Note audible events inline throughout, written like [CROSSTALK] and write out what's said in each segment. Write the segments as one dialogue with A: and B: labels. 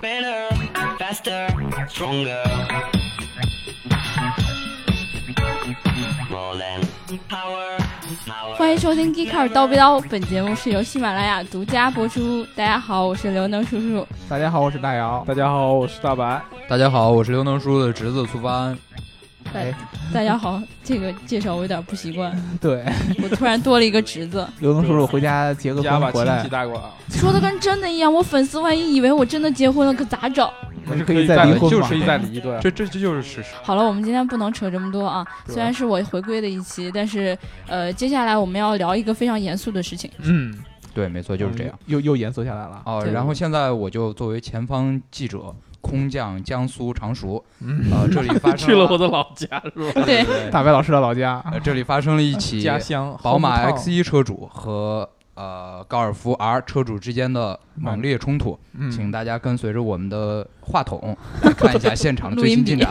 A: better, faster, stronger. More than power, power.
B: 欢迎收听《g e e k a r 叨逼叨》，本节目是由喜马拉雅独家播出。大家好，我是刘能叔叔。
C: 大家好，我是大
D: [LAUGHS]
C: 姚。
E: 大家好，我是大白。
F: 大家好，我是刘能叔的侄子苏发安。
B: 哎，大家好，这个介绍我有点不习惯， [LAUGHS]
C: 对，
B: 我突然多了一个侄子，
C: 刘能叔叔回家结个
E: 家把
C: 婚
E: 亲
C: 回
E: 戚
C: 来，
E: 带过来，啊
B: 说的跟真的一样。我粉丝万一以为我真的结婚了，可咋整？
C: 我
E: 是
C: 们
E: 可
C: 可以
E: 再
C: 再离婚
E: 就
C: 嘛
E: 是一再离，对。
F: 这这这就是事实。
B: 好了，我们今天不能扯这么多啊。
E: 对
B: 虽然是我回归的一期，但是呃，接下来我们要聊一个非常严肃的事情。
C: 嗯，
F: 对，没错，就是这样。
C: 嗯，又又严肃下来了。
F: 哦，
B: 对
F: 然后现在我就作为前方记者，空降江苏常熟，
C: 嗯
F: 啊，这里
D: [LAUGHS]
F: 发生
D: 去了我的老家是吧？
F: 对
B: 对，
F: 对，对
C: 大白老师的老家，
F: 呃这里发生了一
D: [LAUGHS]
E: [LAUGHS]
F: 起
E: 家乡
F: 宝马
E: hometown
F: X 一车主和呃高尔夫 R 车主之间的猛烈冲突，
C: 嗯，
F: 请大家跟随着我们的话筒来看一下现场的最新进展。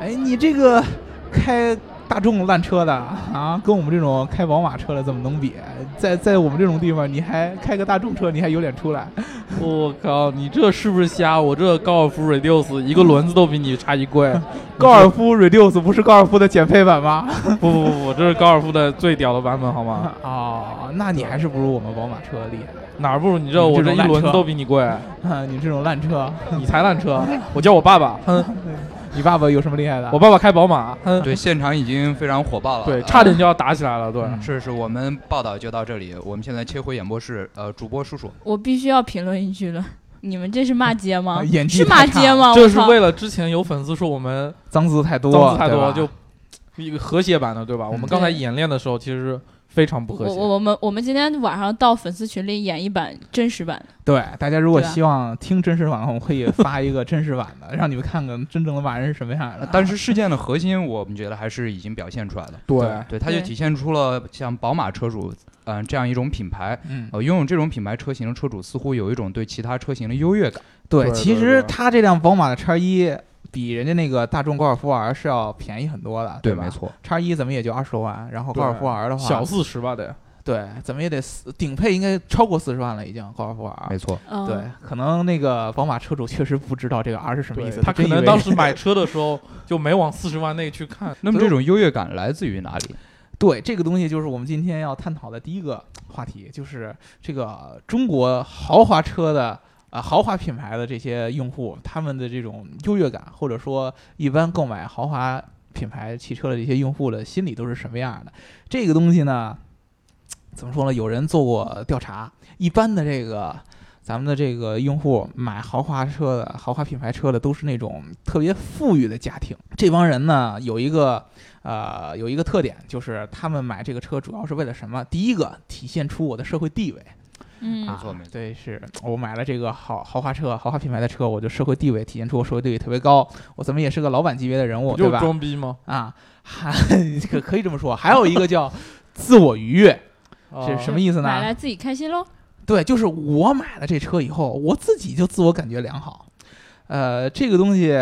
C: 哎，你这个开大众烂车的啊，跟我们这种开宝马车的怎么能比？在在我们这种地方，你还开个大众车，你还有脸出来？
D: 我靠，你这是不是瞎？我这高尔夫 Reduce 一个轮子都比你差一
E: [LAUGHS]
D: 贵。
C: 高尔夫 Reduce 不是高尔夫的减配版吗？
D: 不不不不，这是高尔夫的最屌的版本
E: [LAUGHS]
D: 好吗？
C: [LAUGHS] 哦，那你还是不如我们宝马车厉害
D: 哪儿不如你这？我这一轮子都比
E: [LAUGHS]
D: 你贵，
C: 啊！你这种烂车，
D: 你才烂车。我叫我爸爸，
E: 嗯
D: 哼，
C: 你爸爸有什么厉害的？
D: 我爸爸开宝马，哼，
F: 对，现场已经非常火爆了。
D: [LAUGHS] 对，
F: 呃
D: 差点就要打起来了，对。
C: 嗯
F: 是是，我们报道就到这里，我们现在切回演播室。呃，主播叔叔，
B: 我必须要评论一句了，你们这是骂街吗
C: 啊？演技
B: 是骂
C: 太差
B: 街吗？
D: 这
B: 我
D: 是
B: 靠
D: 为了之前有粉丝说我们
C: 脏字太多，
D: 脏字太多，
C: 对
D: 就
C: 吧嗯
D: 一个和谐版的，对吧？我们刚才演练的时候其实是非常不和
B: 我
D: 谐。
B: 我我们我们今天晚上到粉丝群里演一版真实版，
C: 对大家如果
B: 对啊
C: 希望听真实版的话，我可以发一个真实版的， [LAUGHS] 让你们看看真正的呃马人是什么样的。
F: 呃但是事件的核心，我们觉得还是已经表现出来了。
D: 对，
F: 对，它就
B: 对
F: 体现出了像宝马车主，嗯、这样一种品牌，
C: 嗯，
F: 呃，拥有这种品牌车型的车主似乎有一种对其他车型的优越感。
C: 对，
D: 对
C: 其
D: 对
C: 实
D: 对
C: 他这辆宝马的叉一比人家那个大众高尔夫 R 是要便宜很多的，吧？
F: 没。错。
C: 叉一怎么也就二十多万，然后
D: 对
C: 高尔夫 R 的话，
D: 小四十吧得。
C: 对，怎么也得四顶配应该超过四十万了，已经高尔夫 R
F: 没。错，
B: 嗯，
C: 对，可能那个宝马车主确实不知道这个 R 是什么
D: 对
C: 意思，
D: 他可
C: 真以
D: 能
C: 为
D: 当时买车的时候就没往四十万内去看。
F: 那么这种优越感来自于哪里？
C: 对这个东西，就是我们今天要探讨的第一个话题，就是这个中国豪华车的呃豪华品牌的这些用户，他们的这种优越感，或者说一般购买豪华品牌汽车的这些用户的心理都是什么样的？这个东西呢，怎么说呢？有人做过调查，一般的这个。咱们的这个用户买豪华车的、豪华品牌车的，都是那种特别富裕的家庭。这帮人呢，有一个呃，有一个特点就是他们买这个车主要是为了什么？第一个，体现出我的社会地位。啊
B: 嗯
F: 没错没错
C: 对，是我买了这个豪豪华车、豪华品牌的车，我就社会地位体现出我社会地位特别高，我怎么也是个老板级别的人物，
D: 不就
C: 对
D: 是
C: 吧？
D: 装逼吗？
C: 啊， [LAUGHS] 还可可以这么说。还有一个叫自我愉悦是
D: 啊
C: 什么意思
B: 买
C: 呢？
B: 来自己开心喽。
C: 对，就是我买了这车以后，我自己就自我感觉良好。呃，这个东西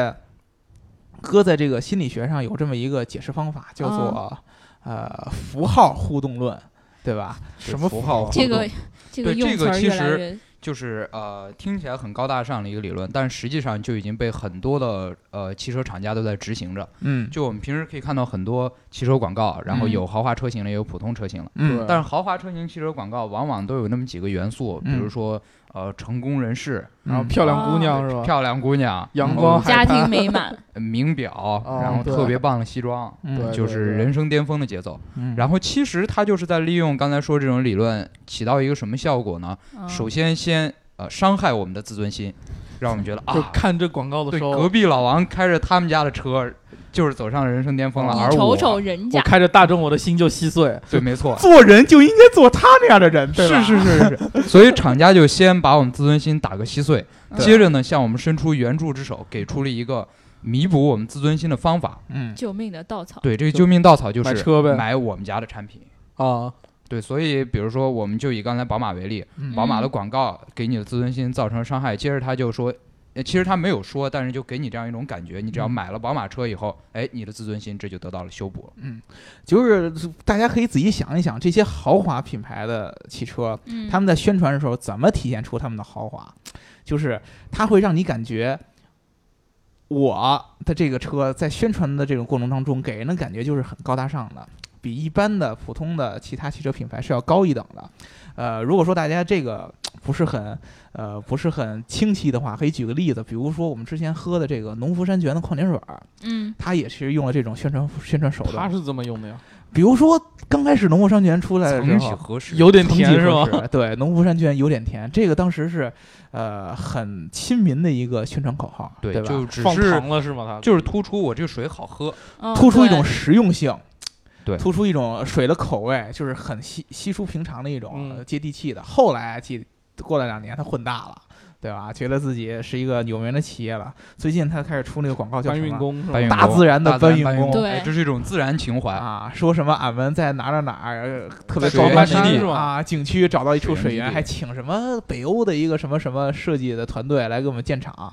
C: 搁在这个心理学上有这么一个解释方法，叫做、呃符号互动论，对吧？
D: 什么
F: 符号
B: 这
F: 活
B: 个
C: 哦
F: 动
B: 这个
F: 对
B: 用
F: 这
B: 词
F: 个
B: 儿
F: 其
B: 越来
F: 实
B: 越
F: 就是呃，听起来很高大上的一个理论，但实际上就已经被很多的呃汽车厂家都在执行着。
C: 嗯
F: 就我们平时可以看到很多汽车广告，然后
C: 嗯
F: 有豪华车型的，也有普通车型的。
C: 嗯
F: 但是豪华车型汽车广告往往都有那么几个元素，比
C: 嗯
F: 如说呃成功人士、
D: 然后漂亮姑娘是吧？
F: 漂亮姑娘、
C: 嗯
D: 阳光海
B: 家
D: 滩
B: 庭美满，
F: 呃名表，
D: 哦
F: 然后
D: 对
F: 特别棒的西装，
C: 嗯
D: 对
F: 就是人生巅峰的节奏。
C: 嗯
F: 然后其实它就是在利用刚才说这种理论，起到一个什么效果呢？
B: 嗯
F: 首先先呃伤害我们的自尊心，让我们觉得
D: 就
F: 啊，
D: 看这广告的
F: 对
D: 时
F: 隔
D: 候，
F: 壁老王开着他们家的车，就是走上了人生巅
D: 嗯
F: 峰了，而
B: 你瞅
F: 我
B: 瞅人
D: 我
B: 家，
D: 开着大众，我的心就稀碎。
F: 对，没
D: [LAUGHS]
F: 错，
C: 做人就应该做他那样的人，对吧？
F: 是是是是是，所以厂家就先把我们自尊心打个稀碎，
B: 嗯
F: 接着呢，向我们伸出援助之手，给出了一个弥补我们自尊心的方法。
C: 嗯，
B: 救命的稻草。
F: 对，这个救命稻草就是
D: 买车呗
F: 买我们家的产品。
D: 啊，
F: 对，所以比如说，我们就以刚才宝马为例，
C: 嗯
F: 宝马的广告给你的自尊心造成了伤害，接着他就说。呃其实他没有说，但是就给你这样一种感觉，你只要
C: 嗯
F: 买了宝马车以后，哎，你的自尊心这就得到了修补了。
C: 就是大家可以仔细想一想，这些豪华品牌的汽车，
B: 嗯，
C: 他们在宣传的时候怎么体现出他们的豪华？就是它会让你感觉，我的这个车在宣传的这种过程当中，给人的感觉就是很高大上的，比一般的普通的其他汽车品牌是要高一等的。呃，如果说大家这个不是很呃不是很清晰的话，可以举个例子，比如说我们之前喝的这个农夫山泉的矿泉水儿，
B: 嗯
C: 它也是用了这种宣传宣传手段
D: 他。是怎么用的呀？
C: 比如说刚开始农夫山泉出来的时
F: 曾几
C: 候，
F: 何时，
D: 有点
C: 曾几
D: 甜是
C: 何
D: 吗？
C: 时？对，农夫山泉有点甜，这个当时是呃很亲民的一个宣传口号，
F: 对，
C: 吧？
F: 就只
D: 放
F: 是
D: 糖了是吗？他
F: 就是突出我这个水好喝。
B: 哦
C: 突出一
B: 对
C: 种实用性，
F: 对
C: 突出一种水的口味，就是很稀稀疏平常的一种、
D: 嗯
C: 呃接地气的。后来记过了两年，他混大了。对吧？觉得自己是一个有名的企业了。最近他开始出那个广告叫
D: 搬
C: 什
D: 运
C: 么？
D: 工是
F: 搬运
D: 吧？
C: 大
F: 工
C: 自然的
F: 大自
C: 搬运
F: 搬运
C: 工
F: 工，
B: 对
F: 哎这是一种自然情怀。
C: 啊，说什么俺们在哪儿哪儿哪儿呃特别
D: 在
C: 高
F: 水
C: 端的
F: 源基地
C: 地
D: 是吗
C: 啊景区找到一处
F: 水源
C: 水
F: 基
C: 源，
F: 地
C: 还请什么北欧的一个什么什么设计的团队来给我们建厂啊。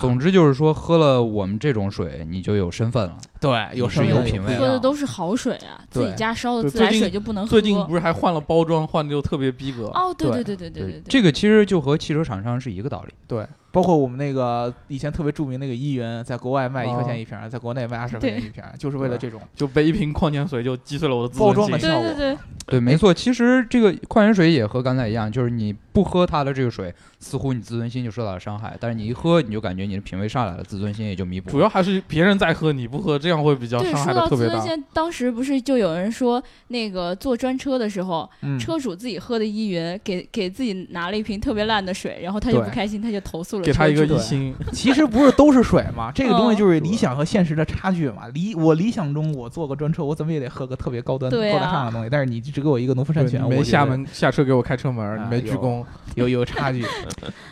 F: 总之就是说，喝了我们这种水，你就有身份了。
C: 对，有
F: 是
C: 声
B: 有
C: 品
F: 品味
C: 味
F: 啊
B: 喝的都是好水啊，自己
C: 对
B: 家烧的
D: 对
B: 自来
D: 最近
B: 水就不能喝。
D: 最近不是还换了包装，换的就特别逼格。
B: 哦，对
C: 对
B: 对对对对对，
F: 这个其实就和汽车厂商是一个道理。
C: 对，包括我们那个以前特别著名那个依云，在国外卖一块钱一瓶儿，在国内卖二十块钱一瓶儿，就是为了这种
D: 就被一瓶矿泉水就击碎了我的自尊
C: 包装的
D: 心
C: 效果
B: 对对对，
F: 对，没错。其实这个矿泉水也和刚才一样，就是你不喝它的这个水，似乎你自尊心就受到了伤害；但是你一喝，你就感觉你的品味上来了，自尊心也就弥补了。
D: 主要还是别人在喝，你不喝，这样会比较
B: 对，
D: 伤害
B: 说
D: 的
B: 到
D: 特别
B: 自
D: 大
B: 尊。心，当时不是就有人说那个坐专车的时候，
C: 嗯
B: 车主自己喝的依云，给给自己拿了一瓶特别烂的水，然后他就
C: 对
B: 不开心，他就投诉了车
D: 给
B: 主。
D: 他一个
C: 对
D: 一星，
C: 其实不是都是水嘛，这个东西
B: 嗯
C: 就是理想和现实的差距嘛。理我理想中我坐个专车，我怎么也得喝个特别高端、
B: 对啊
C: 高大上的东西，但是你只给我一个农夫山
D: 对
C: 泉，
D: 你
C: 我觉
D: 没
C: 得
D: 下门下车给我开车门，
C: 啊
D: 你没鞠躬，
C: 有有差距。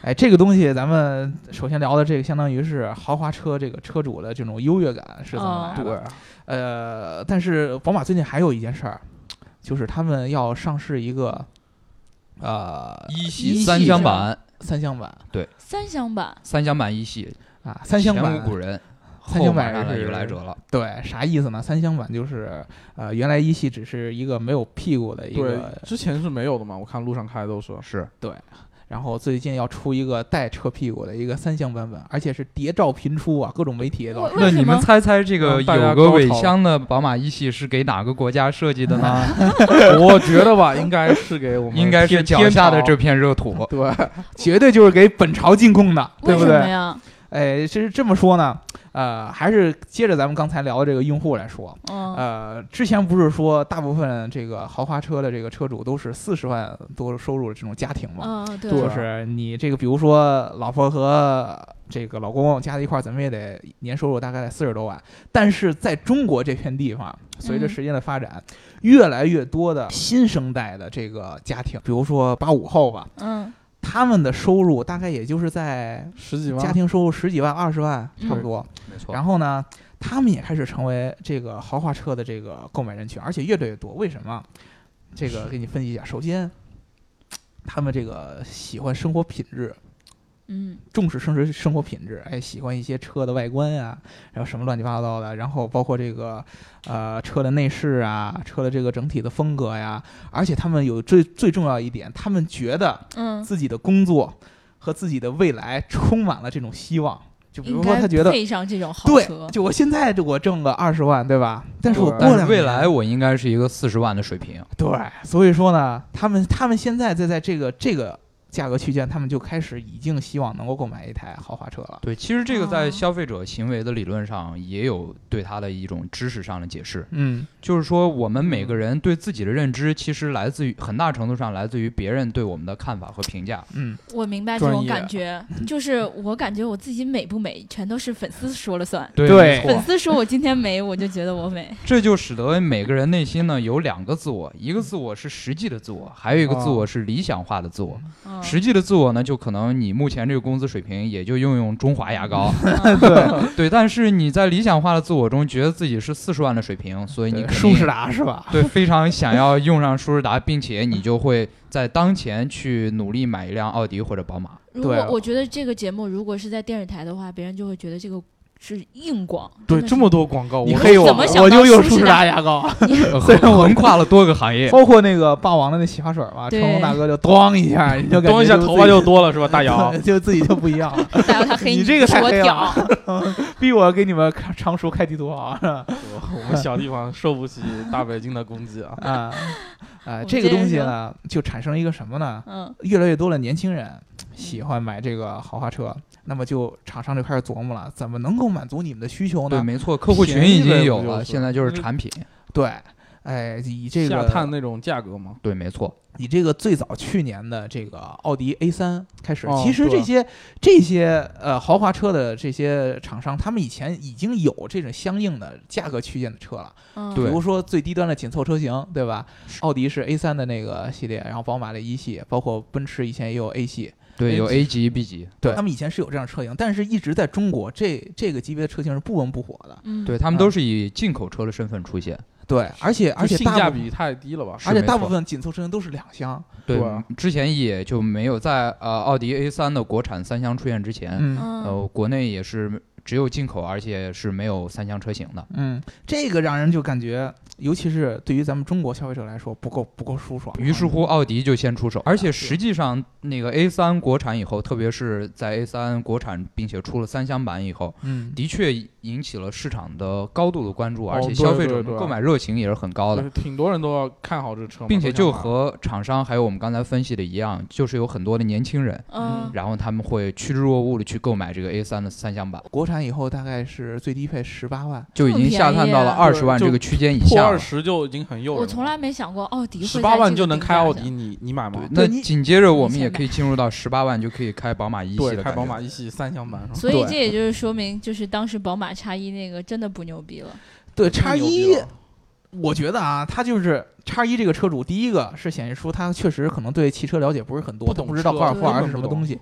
C: 哎，这个东西咱们首先聊的这个，相当于是豪华车这个车主的这种优越感
B: 哦
C: 是怎么来的？
D: 对，
C: 呃，但是宝马最近还有一件事儿，就是他们要上市一个呃
F: 一
C: 一
F: 系
C: 系
F: 三厢版，
C: 三厢版
B: 三厢版，
F: 三厢版一系，
C: 啊，三厢
F: 前
C: 版
F: 无古人，
C: 三
F: 后
C: 厢
F: 马
C: 版
F: 上来
C: 是
F: 有来者了。
C: 对啥意思呢？三厢版就是呃，原来一系只是一个没有屁股的一
D: 对
C: 个，，
D: 之前是没有的嘛，我看路上开都是。
F: 是
C: 然后最近要出一个带车屁股的一个三厢版本，而且是谍照频出啊，各种媒体都
B: 为
F: 那
B: 为
F: 你
B: 什
F: 们
B: 么？
F: 猜猜这个
D: 让大家
F: 有个
D: 高
F: 尾
D: 潮
F: 箱的宝马一系是给哪个国家设计的呢？ [LAUGHS]
D: 我觉得吧，应该是给我们
F: 应该是
D: 天
F: 脚下的这
D: 天
F: 片热土
D: 朝。对，
C: 绝对就是给本朝进贡的，对
B: 为
C: 不
B: 什
C: 对
B: 么？呀？
C: 哎，其实这么说呢，呃，还是接着咱们刚才聊的这个用户来说，
B: 嗯，
C: 呃，之前不是说大部分这个豪华车的这个车主都是四十万多收入的这种家庭嘛，
B: 嗯，对，
C: 就
D: 对
C: 是你这个比如说老婆和这个老公加在一块儿，怎么也得年收入大概在四十多万，但是在中国这片地方，随着
B: 嗯
C: 时间的发展，越来越多的新生代的这个家庭，比如说八五后吧，
B: 嗯，
C: 他们的收入大概也就是在
D: 十几万
C: 家庭收入十几万、二十万
B: 嗯
C: 差不多。
F: [LAUGHS] 没错，
C: 然后呢，他们也开始成为这个豪华车的这个购买人群，而且越来越多。为什么？这个给你分析一下。首先，他们这个喜欢生活品质，
B: 嗯，
C: 重视生活生活品质，哎，喜欢一些车的外观啊，然后什么乱七八糟的，然后包括这个呃车的内饰啊，车的这个整体的风格呀，而且他们有最最重要一点，他们觉得
B: 嗯，
C: 自己的工作和自己的未来充满了这种希望。就比
B: 应
C: 如说，
B: 该
C: 他觉得
B: 配上这种豪
C: 对
B: 车，，
C: 就我现在就我挣个二十万，对吧？但是我过
D: 对
F: 但
C: 两
F: 是
C: 年
F: 未来我应该是一个四十万的水平。
C: 对，所以说呢，他们他们现在在在这个这个价格区间，他们就开始已经希望能够购买一台豪华车了。
F: 对，其实这个在
B: 哦
F: 消费者行为的理论上也有对它的一种知识上的解释，
C: 嗯，
F: 就是说我们每个人对自己的认知，其实来自于很大程度上来自于别人对我们的看法和评价。
C: 嗯，
B: 我明白这
D: 专
B: 种
D: 业
B: 感觉，就是我感觉我自己美不美，全都是粉丝说了算。
F: 对
C: 对
F: 没
B: [LAUGHS] 粉
F: 错，
B: 丝说我今天美，我就觉得我
F: [LAUGHS]
B: 美。
F: 这就使得每个人内
E: 哦
F: 心呢有两个自我，一个自我是实际的自我，还有一个自我是理想化的自我。
B: 嗯
F: 实际的自我呢，就可能你目前这个工资水平也就用用中华牙膏， [LAUGHS]
B: 嗯
F: 对，但是你在理想化的自我中，觉得自己是四十万的水平，所以你
C: 对
F: 肯定
C: 舒适达是
F: [LAUGHS]
C: 吧？
F: 对，非常想要用上舒适达，并且你就会在当前去努力买一辆奥迪或者宝 [LAUGHS] 马。
E: 如果
C: 对啊
E: 我觉得这个节目如果是在电视台的话，别人就会觉得这个是硬广。
D: 对，
E: 真的是
D: 这么多广告，我
C: 你黑我，
E: 怎么想到
C: 我就
E: 舒
C: 用舒
E: 适
C: 适
E: 达
C: 达牙膏， [LAUGHS]
F: 横呃横跨了多个行业。
C: 包括那个霸王的那洗发水嘛，
E: 对
C: 成龙大哥就咣一下，你就感觉
D: 动一下
C: 就自己，
D: 头发就多了是吧？大姚
C: [LAUGHS] 就自己就不一样了。
E: 大姚他黑
C: 你
E: 你
C: 这个
E: 是
C: 太
E: 我
C: 黑了
E: 屌，
C: 逼我给你们看常熟开地图
D: [LAUGHS]
C: 啊！
D: [LAUGHS] 我们小地方受不起大北京的攻击啊！
C: 啊，
D: [LAUGHS]
C: 呃，
E: 们
C: 这个
E: 接着
C: 东西
E: 说
C: 呢，就产生了一个什么呢？
E: 嗯，
C: 越来越多的年轻人喜欢买这个豪华车，那么就厂商就开始琢磨了，怎么能够满足你们的需求
F: [LAUGHS] 对，
C: 呢？
F: 没错，客户群
D: 便宜
F: 已
D: 呗
F: 经有
D: 不就
F: 了， [LAUGHS]
D: 是
F: 现在就是产品。
C: 对，哎，以 [LAUGHS] 这
D: 下探
C: 个
D: 那种价格吗？
F: 对，没错，
C: 以这个最早去年的这个奥迪 A 三开始，
D: 哦
C: 其实
D: 对
C: 这些这些呃豪华车的这些厂商，他们以前已经有这种相应的价格区间的车了。
E: 嗯
F: 对
C: 比如说最低端的紧凑车型，对吧？奥迪是 A 三的那个系列，然后宝马的一系，包括奔驰以前也有 A 系，
F: 对，
C: A
F: 有
C: 级
F: A 嗯级、B 级，
C: 他们以前是有这样的车型，但是一直在中国这这个级别的车型是不温不火的，
E: 嗯，
F: 对他们都是以进口车的身份出现。
C: 对，而且而且
D: 性
C: 大
D: 价
C: 部
D: 比太低了吧？
C: 而且
F: 是
C: 大
F: 没错
C: 部分紧凑车型都是两厢，
F: 对
D: 对啊，
F: 之前也就没有在呃奥迪 A 三的国产三厢出现之前，
C: 嗯
E: 嗯，
F: 呃，国内也是只有进口，而且是没有三厢车型的。
C: 嗯，这个让人就感觉，尤其是对于咱们中国消费者来说，不够不够舒爽。
F: 于是乎，奥迪就先出手，而且实际上，那个 A 3国产以后，特别是在 A 3国产并且出了三厢版以后，
C: 嗯，
F: 的确引起了市场的高度的关注，而
D: 哦
F: 且
D: 对
F: 消费
D: 对
F: 者的
D: 对
F: 购买热情也是很高的，
D: 对挺多人都要看好这车嘛，
F: 并且就
D: 都想买
F: 和厂商还有我们刚才分析的一样，就是有很多的年轻人，
E: 嗯，
F: 然后他们会趋之若鹜的去购买这个 A 3的三厢版，
C: 国产以后大概是最低配十八万，
F: 就已经下探到了
E: 这么
F: 二
D: 便宜啊
F: 十万
D: 就
F: 这个区间以
D: 破
F: 下
D: 二
F: 了。
D: 十就已经很诱人了。
E: 我从来没想过
B: 哦
E: 奥迪会
D: 十
E: 在
D: 八
E: 这
D: 万
E: 个
D: 就能
E: 定
D: 开
E: 价
D: 奥
E: 下
D: 迪，你你买吗？
F: 那
C: 对你
F: 紧接着我
E: 你
F: 们
E: 先
F: 也可以进入到十八万就可以开宝马一系
D: 对，
F: 的
D: 开
F: 感觉
D: 宝
F: 了
D: 马一系三厢版
F: [LAUGHS]
D: 是吧？
E: 所以
C: 对
E: 这也就是说明，就是当时宝马叉一那个真的不牛逼了。
C: 对，
D: 太
C: 叉
D: 牛逼
C: 一
D: 了
C: 我觉得啊，他就是叉一这个车主，第一个是显示出他确实可能对汽车了解不是很多，
D: 不
C: 他
D: 懂
C: 不知道
D: 车
C: 高尔夫
D: 根
C: R
D: 本
C: 是什
D: 不
C: 么
D: 懂
C: 东西。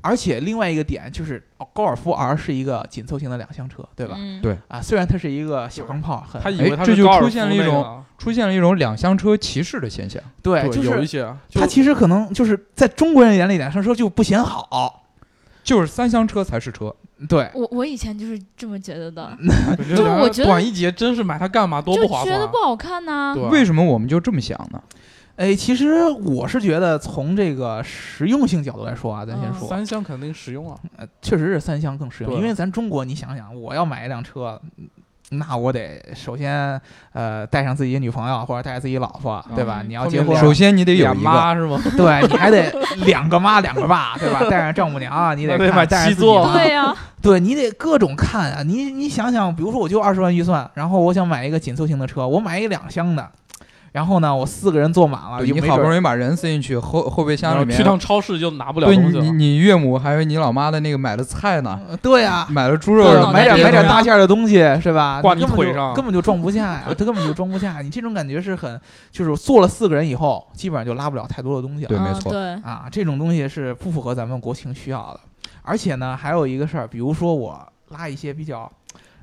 C: 而且另外一个点就是，哦高尔夫 R 是一个紧凑型的两厢车，对吧？
E: 嗯，
F: 对
C: 啊，虽然它是一个小钢炮，很
D: 他以
F: 哎
D: 为他
F: 这
D: 是
F: 就
D: 高尔
F: 出
D: 夫
F: 现了一
D: 那个
F: 种
D: 啊
F: 出现了一种两厢车歧视的现象。
C: 对，
D: 对，
C: 就
D: 有一
C: 是
D: 些啊就
C: 它其实可能就是在中国人眼里，两厢车就不显好。
F: 就是三厢车才是车，
C: 对，
E: 我我以前就是这么觉得的，
F: 嗯
E: 就
D: 就
E: 是我觉得
D: 短一节真是买它干嘛？多
E: 就
D: 不划
E: 觉
D: 算
E: 得
D: 啊
E: 不！好看呐、
D: 对吧
F: 为什么我们就这么想呢？
C: 哎，其实我是觉得从这个实用性角度来说啊，咱先
E: 嗯
C: 说，
D: 三厢肯定实用啊，
C: 呃确实是三厢更实用，
D: 对
C: 因为咱中国，你想想，我要买一辆车。那我得首先，呃，带上自己的女朋友或者带上自己老婆，对啊吧？
E: 嗯
C: 你要
D: 后
C: 结
D: 面
C: 婚
D: 俩，
F: 首先你得有
D: 俩
F: 一个，
D: 妈是吗？
C: 对你还得两个妈两个爸，对吧？带上丈母娘，你得
D: 对
C: 看
D: 买
C: 带上
D: 七
C: 自己
D: 座
C: 妈
E: 对呀、
C: 对你得各种看啊，你你想想，比如说我就二十万预算，然后我想买一个紧凑型的车，我买一两厢的，然后呢，我四个人坐满了，
F: 对
C: 就
F: 你
C: 没
F: 好不
C: 准
F: 容易把人塞进去，后后备箱里面，
D: 去趟超市就拿不了
F: 对
D: 东西
F: 你
D: 了
F: 你。你岳母还有你老妈的那个买的菜呢，
C: 呃对啊，
F: 买了猪
C: 对
F: 肉
C: 啊
F: 什么的，
C: 买点
F: 这
C: 买
F: 些
C: 点
F: 东
C: 大件儿的东西是吧？
D: 挂
C: 你
D: 你
C: 根本
D: 腿
C: 就
D: 上
C: 根本就装不下呀，他根本就装不下。你这种感觉是很，就是坐了四个人以后，基本上就拉不了太多的东西了。
F: [LAUGHS] 对没
E: 嗯
F: 错
E: 对，
C: 啊，这种东西是不符合咱们国情需要的。而且呢，还有一个事儿，比如说我拉一些比较，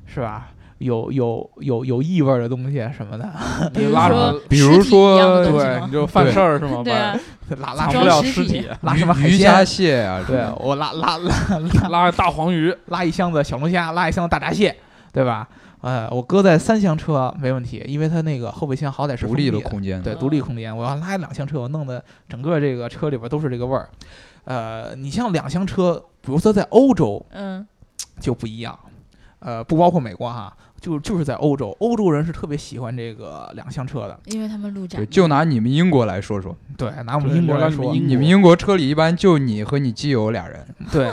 C: 是吧？有有有有异味儿的东西什么的，
E: 比如
D: 拉什
E: 说
D: 么？
F: 比如
E: 尸体一样的东
F: 说
E: 西
D: 对，
E: 吗
D: 你就犯事儿是吗？
E: 对啊，
C: 拉拉
D: 把，
C: 什
D: 藏
E: 装
C: 么
D: 不了
E: 尸
D: 尸
E: 体
D: 体，
C: 拉什么海
F: 鱼
C: 鲜
F: 虾蟹啊，
C: 对
F: 这种
C: 我拉拉拉
D: 拉大黄鱼，
C: 拉一箱子小龙虾，拉一箱子大闸蟹，对吧？呃，我搁在三厢车没问题，因为它那个后备箱好歹是
F: 独立
C: 封
F: 的
C: 闭的
F: 空间，
C: 对，独立空间。我要拉两厢车，我弄得整个这个车里边都是这个味儿。呃，你像两厢车，比如说在欧洲
E: 嗯，
C: 就不一样，呃，不包括美国哈，就就是在欧洲，欧洲人是特别喜欢这个两厢车的。
E: 因为他们路展
F: 对，，就拿你们英国来说说，
C: 对，拿我们
D: 对
C: 英国
D: 聊
C: 来
D: 聊
C: 说
D: 你，英
F: 你们
D: 国
F: 英国车里一般就你和你基友俩人，
C: 对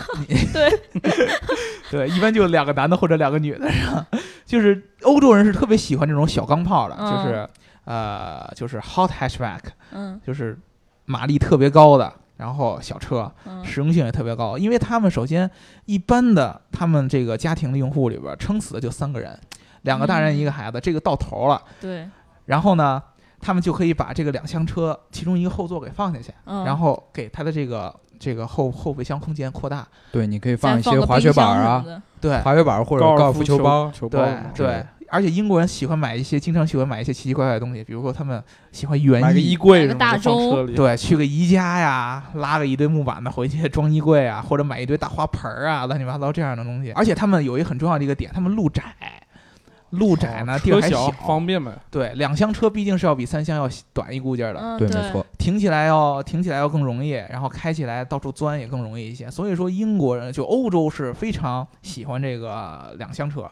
E: 对
C: [LAUGHS] 对，一般就两个男的或者两个女的，是吧？就是欧洲人是特别喜欢这种小钢炮的，
E: 嗯
C: 就是呃，就是 hot hatchback，
E: 嗯
C: 就是马力特别高的，然后小车
E: 嗯，
C: 实用性也特别高，因为他们首先一般的他们这个家庭的用户里边撑死的就三个人，两个大人
E: 嗯
C: 一个孩子，这个到头了。
E: 对，
C: 然后呢，他们就可以把这个两厢车其中一个后座给放下去，
E: 嗯，
C: 然后给他的这个这个后后备箱空间扩大。
F: 对，你可以
B: 再
F: 放一些
B: 个
F: 滑
B: 冰
F: 雪
B: 箱
F: 板儿
B: 什
F: 啊
B: 么，的，
C: 对，
F: 滑雪板儿或者高
D: 高
F: 尔
D: 尔
F: 夫
D: 夫
F: 球
D: 球
F: 包，
D: 球包
C: 对
F: 之
C: 对
F: 类的，
C: 而且英国人喜欢买一些，经常喜欢买一些奇奇怪怪的东西，比如说他们喜欢园
D: 买个
C: 艺
D: 衣，柜
B: 买
D: 什
B: 个
D: 么
B: 大
D: 的放
B: 钟
D: 车里，
C: 对，去个宜家呀，拉个一堆木板的回去装衣柜啊，或者买一堆大花盆儿啊，乱七八糟这样的东西。而且他们有一个很重要的一个点，他们路窄，路窄呢、地儿
D: 哦车
C: 还
D: 小方便买。
C: 对，两厢车毕竟是要比三厢要短一估计儿的，
B: 嗯，
F: 对，没错，
C: 停起来要停起来要更容易，然后开起来到处钻也更容易一些。所以说英国人就欧洲是非常喜欢这个两厢车，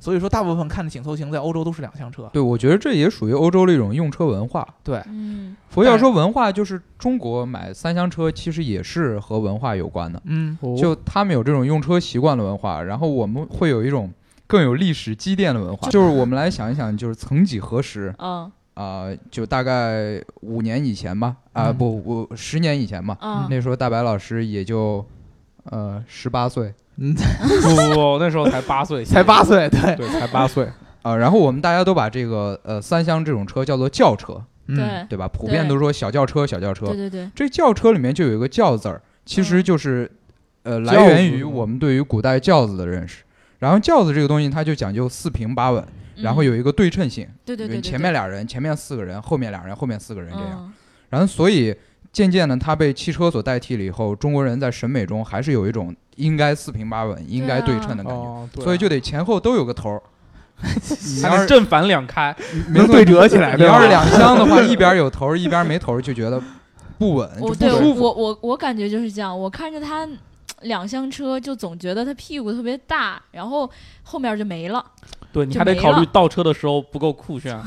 C: 所以说大部分看的紧凑型在欧洲都是两厢车。
F: 对，我觉得这也属于欧洲的一种用车文化。
E: 嗯，
F: 不过要说文化，就是中国买三厢车其实也是和文化有关的，
C: 嗯，
D: 哦
F: 就他们有这种用车习惯的文化，然后我们会有一种更有历史积淀的文化。就是我们来想一想，就是曾几何时
B: 嗯
F: 啊、就大概五年以前吧，啊、
C: 嗯
F: 不，我十年以前吧，
B: 嗯，
F: 那时候大白老师也就呃十八岁
D: 不不不，那时候才八岁，
C: 才八，岁，对，
D: 对，才八岁。
F: 啊、然后我们大家都把这个呃三厢这种车叫做轿车，
C: 嗯，
B: 对，
F: 对吧？普遍
B: 对
F: 都说小轿车，小轿车。
E: 对对嗯对，
F: 这轿车里面就有一个“轿”字儿，其实
E: 嗯
F: 就是、呃来
D: 轿子
F: 源于我们对于古代轿子的认识。然后轿子这个东西，它就讲究四平八稳，然后有一个对称性，
E: 对嗯对
F: 比
E: 对对，
F: 如前
E: 对
F: 面俩人，前面四个人，后面俩人，后面四个人这样。
E: 嗯
F: 然后所以渐渐的，它被汽车所代替了以后，中国人在审美中还是有一种应该四平八稳、应该对称的感觉，
D: 哦，
E: 啊
D: 对
F: 所以就得前后都有个头儿。
D: 你
F: 还
D: 要
F: 是
D: 正反两开，
C: 能对折起来，
F: 你
C: 哦对啊吧
F: 要是两厢的
C: [LAUGHS]
F: 话，一边有头儿，一边没头儿，就觉得不稳，就
E: 我
F: 不
E: 哦对
F: 舒
E: 我
F: 服。
E: 我我我感觉就是这样，我看着他两厢车就总觉得他屁股特别大，然后后面就没了。
D: 对你
E: 就
D: 还得
E: 没
D: 考虑
E: 了
D: 倒车的时候不够酷
E: [LAUGHS]
D: 炫。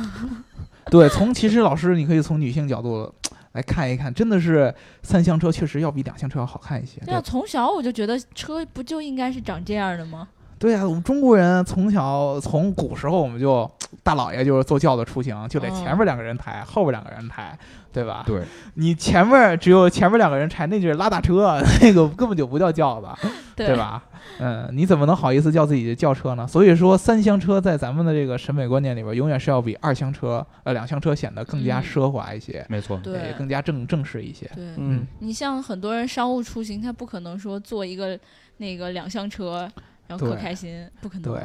C: 对，从其实老师，你可以从女性角度来看一看，真的是三厢车确实要比两厢车要好看一些。
E: 对啊，从小我就觉得车不就应该是长这样的吗？
C: 对啊呀、我们中国人从小从古时候我们就大老爷就是坐轿子出行，
E: 嗯
C: 就得前面两个人抬，后边两个人抬，对吧？
F: 对，
C: 你前面只有前面两个人抬，那就是拉大车， [LAUGHS] 那个根本就不叫轿子，对？吧？嗯，你怎么能好意思叫自己的轿车呢？所以说，三厢车在咱们的这个审美观念里边，永远是要比二厢车、呃两厢车显得更加
E: 嗯
C: 奢华一些，
F: 没错，
C: 也
E: 对
C: 更加正正式一些。
E: 对，
D: 嗯，
E: 你像很多人商务出行，他不可能说坐一个那个两厢车，然后可
C: 对
E: 开心，不可能。
C: 对，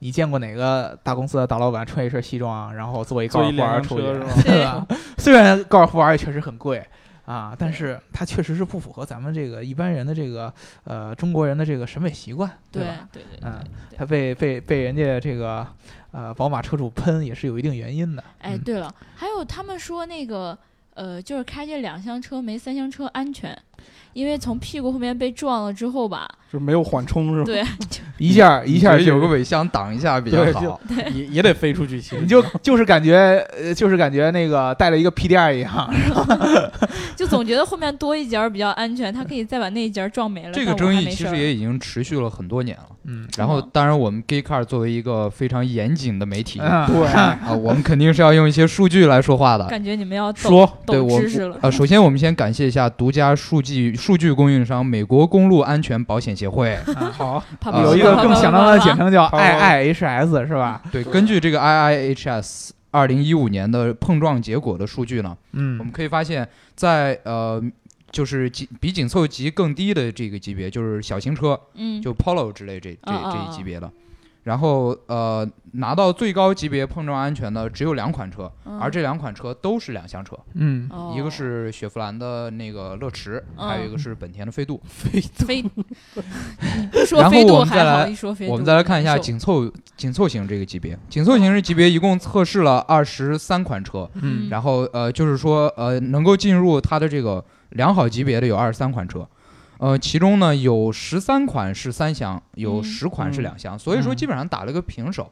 C: 你见过哪个大公司的大老板穿一身西装，然后坐一高
D: 坐
C: 尔
D: 一
C: 夫 R
D: 辆
C: 出去？
D: 车是吗？
C: [LAUGHS] 对吧？虽然高尔夫 R 也确实很贵啊，但是它确实是不符合咱们这个一般人的这个呃中国人的这个审美习惯，
E: 对
C: 吧？
E: 对对，
C: 嗯，它被被被人家这个呃宝马车主喷也是有一定原因的。
E: 哎，
C: 嗯，
E: 对了，还有他们说那个，呃，就是开这两厢车没三厢车安全，因为从屁股后面被撞了之后吧，
C: [LAUGHS]
D: 就没有缓冲是吧？
E: 对，
C: 一下一下
F: 你觉得
C: 就
F: 有个尾箱挡一下比较
D: 对，
F: 好
D: 就。也也得飞出去骑。
C: 你就就是感觉呃就是感觉那个带了一个屁垫儿一样。
E: 就总觉得后面多一节儿比较安全，他可以再把那一节儿撞没了。
F: 这个
E: 但我
F: 争
E: 还
F: 议
E: 没
F: 其
E: 事
F: 实
E: 儿啊
F: 也已经持续了很多年了。
C: 嗯
F: 然后，当然，我们 Gay Car 作为一个非常严谨的媒体
C: 啊，
F: 啊，
C: 对，
F: 我们肯定是要用一些数据来说话的。
E: 感觉你们要懂
F: 说，对
E: 懂
F: 我
E: 知识了。
F: 呃，首先我们先感谢一下独家数据数据供应商美国公路安全保险协
E: [LAUGHS]
F: 会。
D: 好，
E: 啪
F: 啊
E: 啪
C: 有一
E: 啪
C: 个
E: 啪
C: 更
E: 啪
C: 响
E: 啪
C: 当当的
E: 啪
C: 简称叫
D: 好
C: IIHS 是吧？
F: 对，根据这个 IIHS 二零一五年的碰撞结果的数据呢，我们
C: 嗯
F: 可以发现在，呃，就是紧比紧凑级更低的这个级别，就是小型车，
E: 嗯，
F: 就 Polo 之类这这
E: 啊啊
F: 这
E: 啊
F: 一级别的。然后呃，拿到最高级别碰撞安全的只有两款车，
E: 嗯
F: 而这两款车都是两厢车，
C: 嗯，
E: 哦
F: 一个是雪佛兰的那个乐驰，
E: 嗯
F: 还有一个是本田的飞度。
E: 飞，你不说
F: 然
E: 飞
F: 后我
E: 度
F: 们再
E: 还好，
F: 来
E: 一说飞度，
F: 我们再来看一下
E: 难受
F: 紧凑紧凑型这个级别，紧凑型这级别一共测试了二十三款车，
C: 嗯
F: 然后呃，就是说呃，能够进入它的这个良好级别的有二十三款车，呃，其中呢有十三款是三厢，有
E: 嗯
F: 十款是
D: 嗯
F: 两厢，所以说
C: 嗯
F: 基本上打了个平手。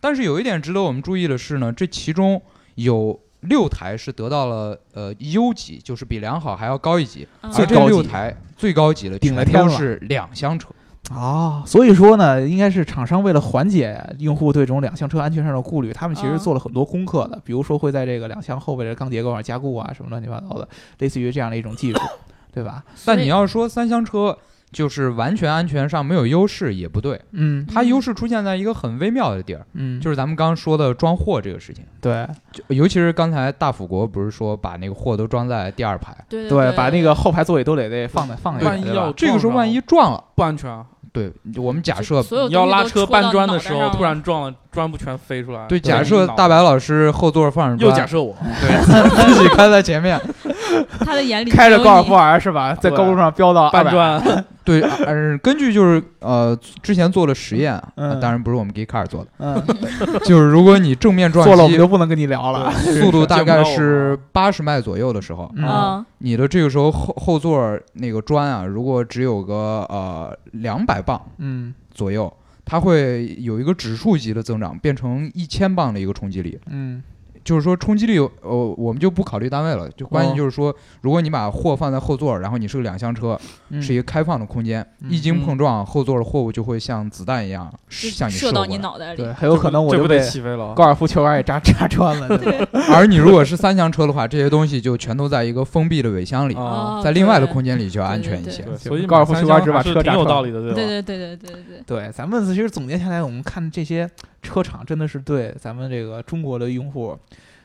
F: 但是有一点值得我们注意的是呢，这其中有六台是得到了呃优级，就是比良好还要高一级，
E: 嗯
F: 而
C: 最
F: 这
C: 高
F: 六
C: 级
F: 台最高级的
C: 顶了
F: 全
C: 天
F: 都
C: 了
F: 是两厢车。
C: 哦，所以说呢，应该是厂商为了缓解用户对这种两厢车安全上的顾虑，他们其实
E: 嗯
C: 做了很多功课的，比如说会在这个两厢后背的钢结构上加固啊，什么乱七八糟的，类似于这样的一种技术，对吧？
F: 但
E: 所
F: 你
E: 以
F: 要说三厢车，就是完全安全上没有优势也不对，
C: 嗯
F: 它
E: 嗯
F: 优势出现在一个很微妙的地儿，
C: 嗯，
F: 就是咱们刚刚说的装货这个事情，
C: 对
F: 就尤其是刚才大辅国不是说把那个货都装在第二排，
E: 对
C: 对，把那个后排座椅都得得放在放下，
D: 万一
C: 对吧
D: 要
F: 这个时候
D: 撞
F: 万
D: 上
F: 一撞了，
D: 不安全啊，
F: 对我们假设
E: 所有
D: 你要
E: 东西
D: 拉
E: 都
D: 车
E: 戳到
D: 搬砖的
E: 脑
D: 时
E: 袋
D: 候
E: 上
D: 突
E: 了
D: 然撞了，砖不全飞出来。
F: 对，假
D: 你
F: 设
D: 脑
F: 大白老师后座放着
D: 又
F: 砖
D: 假设我，
F: 对，自己开在前面，
B: 他的眼里
C: 开着
B: 只有
C: 高尔夫
B: 你
C: R 是吧，在
D: 对
C: 高路上飙到
D: 搬
C: 200，
D: 砖，
F: 对，呃，根据就是呃之前做了实验，呃
C: 嗯
F: 当然不是我们 g e e k a r 做的，
C: 嗯，
F: 就是如果你正面撞
C: 做了我们
F: 击
C: 就，不能跟你聊了，
F: 速度大概
D: 见不到
F: 是八十迈左右的时候，
C: 嗯
E: 嗯，
F: 你的这个时候后后座儿那个砖啊，如果只有个呃两百磅
C: 嗯
F: 左右，它会有一个指数级的增长，变成一千磅的一个冲击力。
C: 嗯
F: 就是说冲击力，呃，我们就不考虑单位了，就关
C: 哦
F: 键就是说，如果你把货放在后座儿，然后你是个两厢车，
C: 嗯，
F: 是一个开放的空间，
C: 嗯
F: 一经碰撞，后座的货物就会像子弹一样向你
E: 射
F: 过
E: 到
F: 来
E: 你。脑袋里
C: 对，，很有可能我
D: 这
C: 就
D: 不得
C: 被
D: 起飞了
C: 高。尔夫球杆也扎扎穿了，对吧 [LAUGHS]
F: 而你如果是三厢车的话，这些东西就全都在一个封闭的尾箱里，
D: 啊，
E: 哦
F: 在另外的
E: 对
F: 空间里就要安全一些。
D: 对，所以
C: 高尔夫
D: 买
C: 球
D: 三
C: 杆
D: 厢
C: 只把
D: 还是
C: 车
D: 挺
C: 炸
D: 有
C: 穿
D: 道
C: 了
D: 理的，对吧？
E: 对对对对对对
C: 对，咱们其实总结下来，我们看这些车厂真的是对咱们这个中国的用户，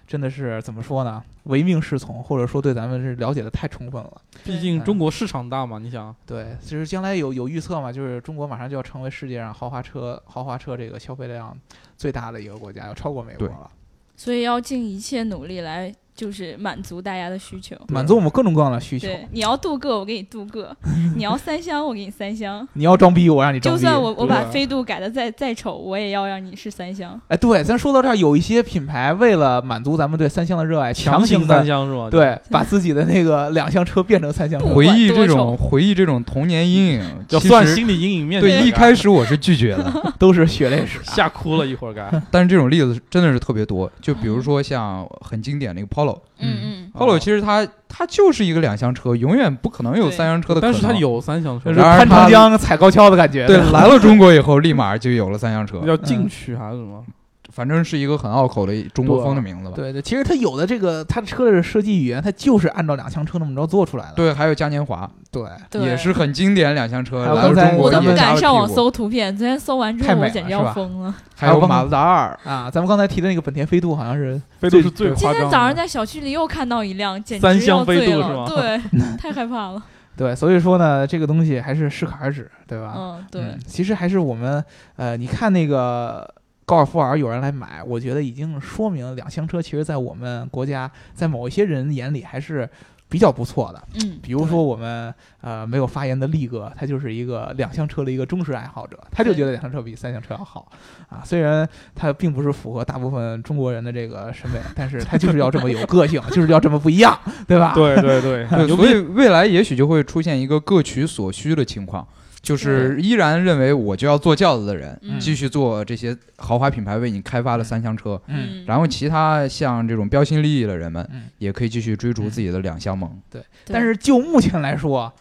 C: 真的是怎么说呢？唯命是从，或者说对咱们是了解的太充分了。
D: 毕竟中国市场大嘛，你想，
C: 对，就是将来有有预测嘛，就是中国马上就要成为世界上豪华车豪华车这个消费量最大的一个国家，要超过美国
F: 对
C: 了，
E: 所以要尽一切努力来，就是满足大家的需求。
C: 满足我们各种各样的需求。
E: 对，你要镀铬，我给你镀铬；你要三厢，我给你三厢。
C: 你要装逼，我让你装
E: 就
C: 逼。
E: 算我我
D: 对啊
E: 把飞度改的再再丑，我也要让你是三厢。
C: 哎，对，咱说到这儿，有一些品牌为了满足咱们对三厢的热爱，强
D: 行
C: 行
D: 三
C: 的
D: 厢是吧？，
C: 对把自己的那个两厢车变成三厢车。
F: 回忆
E: 不管多
F: 这
E: 重
F: 种回忆这种童年阴影，
D: 要
F: 其
D: 算
F: 实
D: 心理阴影面积
F: 对
D: 的
F: 一
D: 感
F: 开始我是拒绝
E: [LAUGHS]
F: 的，
C: 都是血泪史啊 [LAUGHS]
D: 觉。吓哭了一会儿该。
F: 但是这种例子真的是特别多。就比
E: 哦
F: 如说像很经典的一个 Polo，Polo
E: 嗯嗯，
D: 哦
F: 其实它它就是一个两厢车，永远不可能有
E: 对
F: 三厢车的可
D: 但
F: 能。
D: 是它有三厢车
C: 就
F: 就，
C: 是
F: 然而
C: 潘
F: 他
C: 长江踩高跷的感觉。
F: 对
C: 吧 [LAUGHS]
D: [LAUGHS]
F: 来了中国以后，立马就有了三厢车，
D: 要进去还是
C: 嗯
D: 什么？
F: 反正是一个很拗口的中国风的名字吧。
C: 对对，其实它有的这个它车的设计语言，它就是按照两厢车那么着做出来的。
F: 对，还有嘉年华，
C: 对，
E: 对，
F: 也是很经典两厢车，
C: 还有
F: 来了
C: 刚才
F: 中国
E: 我都
F: 也
E: 不
F: 加
E: 敢
F: 了
E: 上
F: 屁
E: 网
F: 股，
E: 搜图片，昨天搜完之
C: 太
E: 后我
C: 美了
E: 简直
F: 是
E: 要
F: 吧
E: 疯了。
F: 还有马自达二，
C: 啊，咱们刚才提的那个本田飞度好像是
D: 飞度
C: 最
D: 是最
E: 今
D: 夸张的。
E: 天早上在小区里又看到一辆，简
D: 三
E: 直
D: 厢
E: 要
D: 飞
E: 醉
D: 度
E: 了。
D: 是
E: 对，太害怕了。
C: 对，所以说呢，这个东西还是适可而止，对吧？
E: 嗯，对
C: 嗯，其实还是我们呃，你看那个。高尔夫 R 有人来买，我觉得已经说明两厢车其实，在我们国家，在某一些人眼里还是比较不错的。
E: 嗯，
C: 比如说我们呃没有发言的力哥，他就是一个两厢车的一个忠实爱好者，他就觉得两厢车比三厢车要好啊。虽然他并不是符合大部分中国人的这个审美，但是他就是要这么有个性，就是要这么不一样，对吧？
D: 对对对，
F: 对，所以未来也许就会出现一个各取所需的情况，就是依然认为我就要坐轿子的人，
E: 嗯
F: 继续坐这些豪华品牌为你开发的三厢车，
C: 嗯，
E: 嗯，
F: 然后其他像这种标新立异的人们
C: 嗯，
F: 也可以继续追逐自己的两厢梦。
E: 对
C: 但是就目前来说，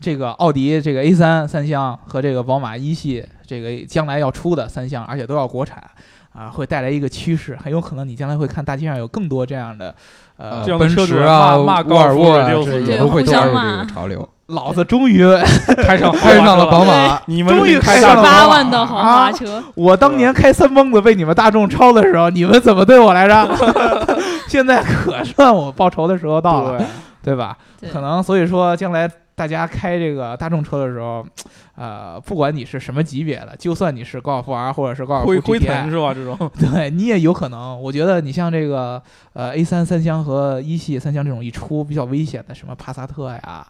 C: 这个奥迪这个 A 三三厢和这个宝马一系这个将来要出的三厢，而且都要国产。啊，会带来一个趋势，很有可能你将来会看大街上有更多这样的，呃
F: 呃，
D: 这，样的
F: 奔
D: 车
F: 驰
D: 主
F: 啊，
D: 骂骂
F: 沃
D: 高尔
F: 尔
D: 夫
F: 沃啊，
D: 六
F: 这
D: 四
F: 也
E: 对
F: 都会
E: 互
F: 加
E: 相
F: 入这个
E: 骂
F: 潮流，
C: 老子终于 [LAUGHS]
D: 开上
F: 开上了宝
E: 对
F: 马。
D: 你们
C: 终于开
D: 开啊
C: 上了
D: 上了
E: 八万的豪华车，
C: 我当年开三蹦子被你们大众超的时候，你们怎么对我来着？
D: [LAUGHS]
C: 现在可算我报仇的时候到了，
D: 对
C: 对吧？
E: 对
C: 可能所以说，将来大家开这个大众车的时候，呃，不管你是什么级别的，就算你是高尔夫 R 或者是高尔夫
D: 辉辉腾
C: GTI，
D: 是吧？这种
C: 对你也有可能。我觉得你像这个呃 A 三三厢和一系三厢这种一出比较危险的，什么帕萨特呀。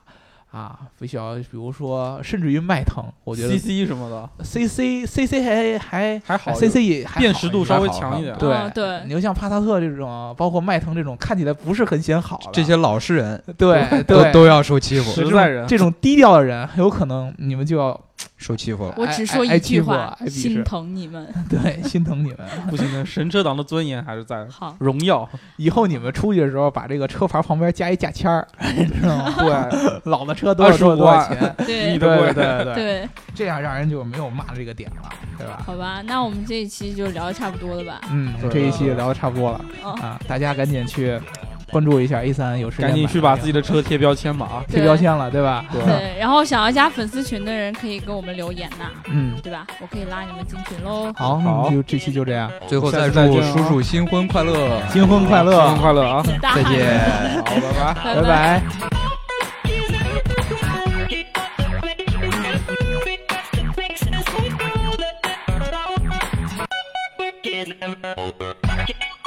C: 啊，比较，比如说，甚至于迈腾， [LAUGHS] 我觉得
D: CC 什么的
C: C C C C 还还哎
D: 还好一
C: ，C
D: 点
C: C 也还好
D: 辨识
C: 一
D: 度
C: 点
D: 稍微强一点。
C: 对、
E: 嗯对
C: 你就像帕萨特这种，包括迈腾这种看起来不是很显好的
F: 这些老实人
C: 对
F: 都
C: 对
F: 都要受欺负，
D: 是实在人
C: 这种低调的人，很有可能你们就要
F: 受欺负。
E: 我只说
C: 挨挨
E: 一
C: 欺
E: 句
C: 负
E: 话
C: 挨，鄙视
E: 心疼你们。
C: 对心疼你们。
D: 不行，神车党的尊严还是在的。 [LAUGHS]
E: 好，
D: 荣耀，
C: 以后你们出去的时候，把这个车牌旁边加一价签儿，你知道吗？
D: 对，
C: 老的车多少多少多少钱？
E: 对
D: 你的
C: 对
D: 贵
C: 对对，
E: 对，
C: 这样让人就没有骂这个点了，对吧？
E: 好吧，那我们这一期就聊的差不多了吧？
C: 嗯，
D: 对
C: 这一期聊的差不多了
E: 哦
C: 啊，大家赶紧去关注一下 A 三，有时间
D: 赶紧
C: 买
D: 去把自己的车贴标签吧啊！
C: 贴标签了，对吧？
E: 对，然后想要加粉丝群的人可以给我们留言呐，
C: 嗯，
E: 对吧？我可以拉你们进群喽。
C: 好，那我
D: 好
C: 们就这期就这样，
F: 最后
D: 下
F: 再
D: 次再
F: 祝
D: 见啊
F: 叔叔新婚快乐，
C: 新婚快乐，
D: 新年快乐啊！
E: 大
F: 再见。
D: 好，拜
C: 拜
D: 拜。
C: 拜。
A: Work is never over.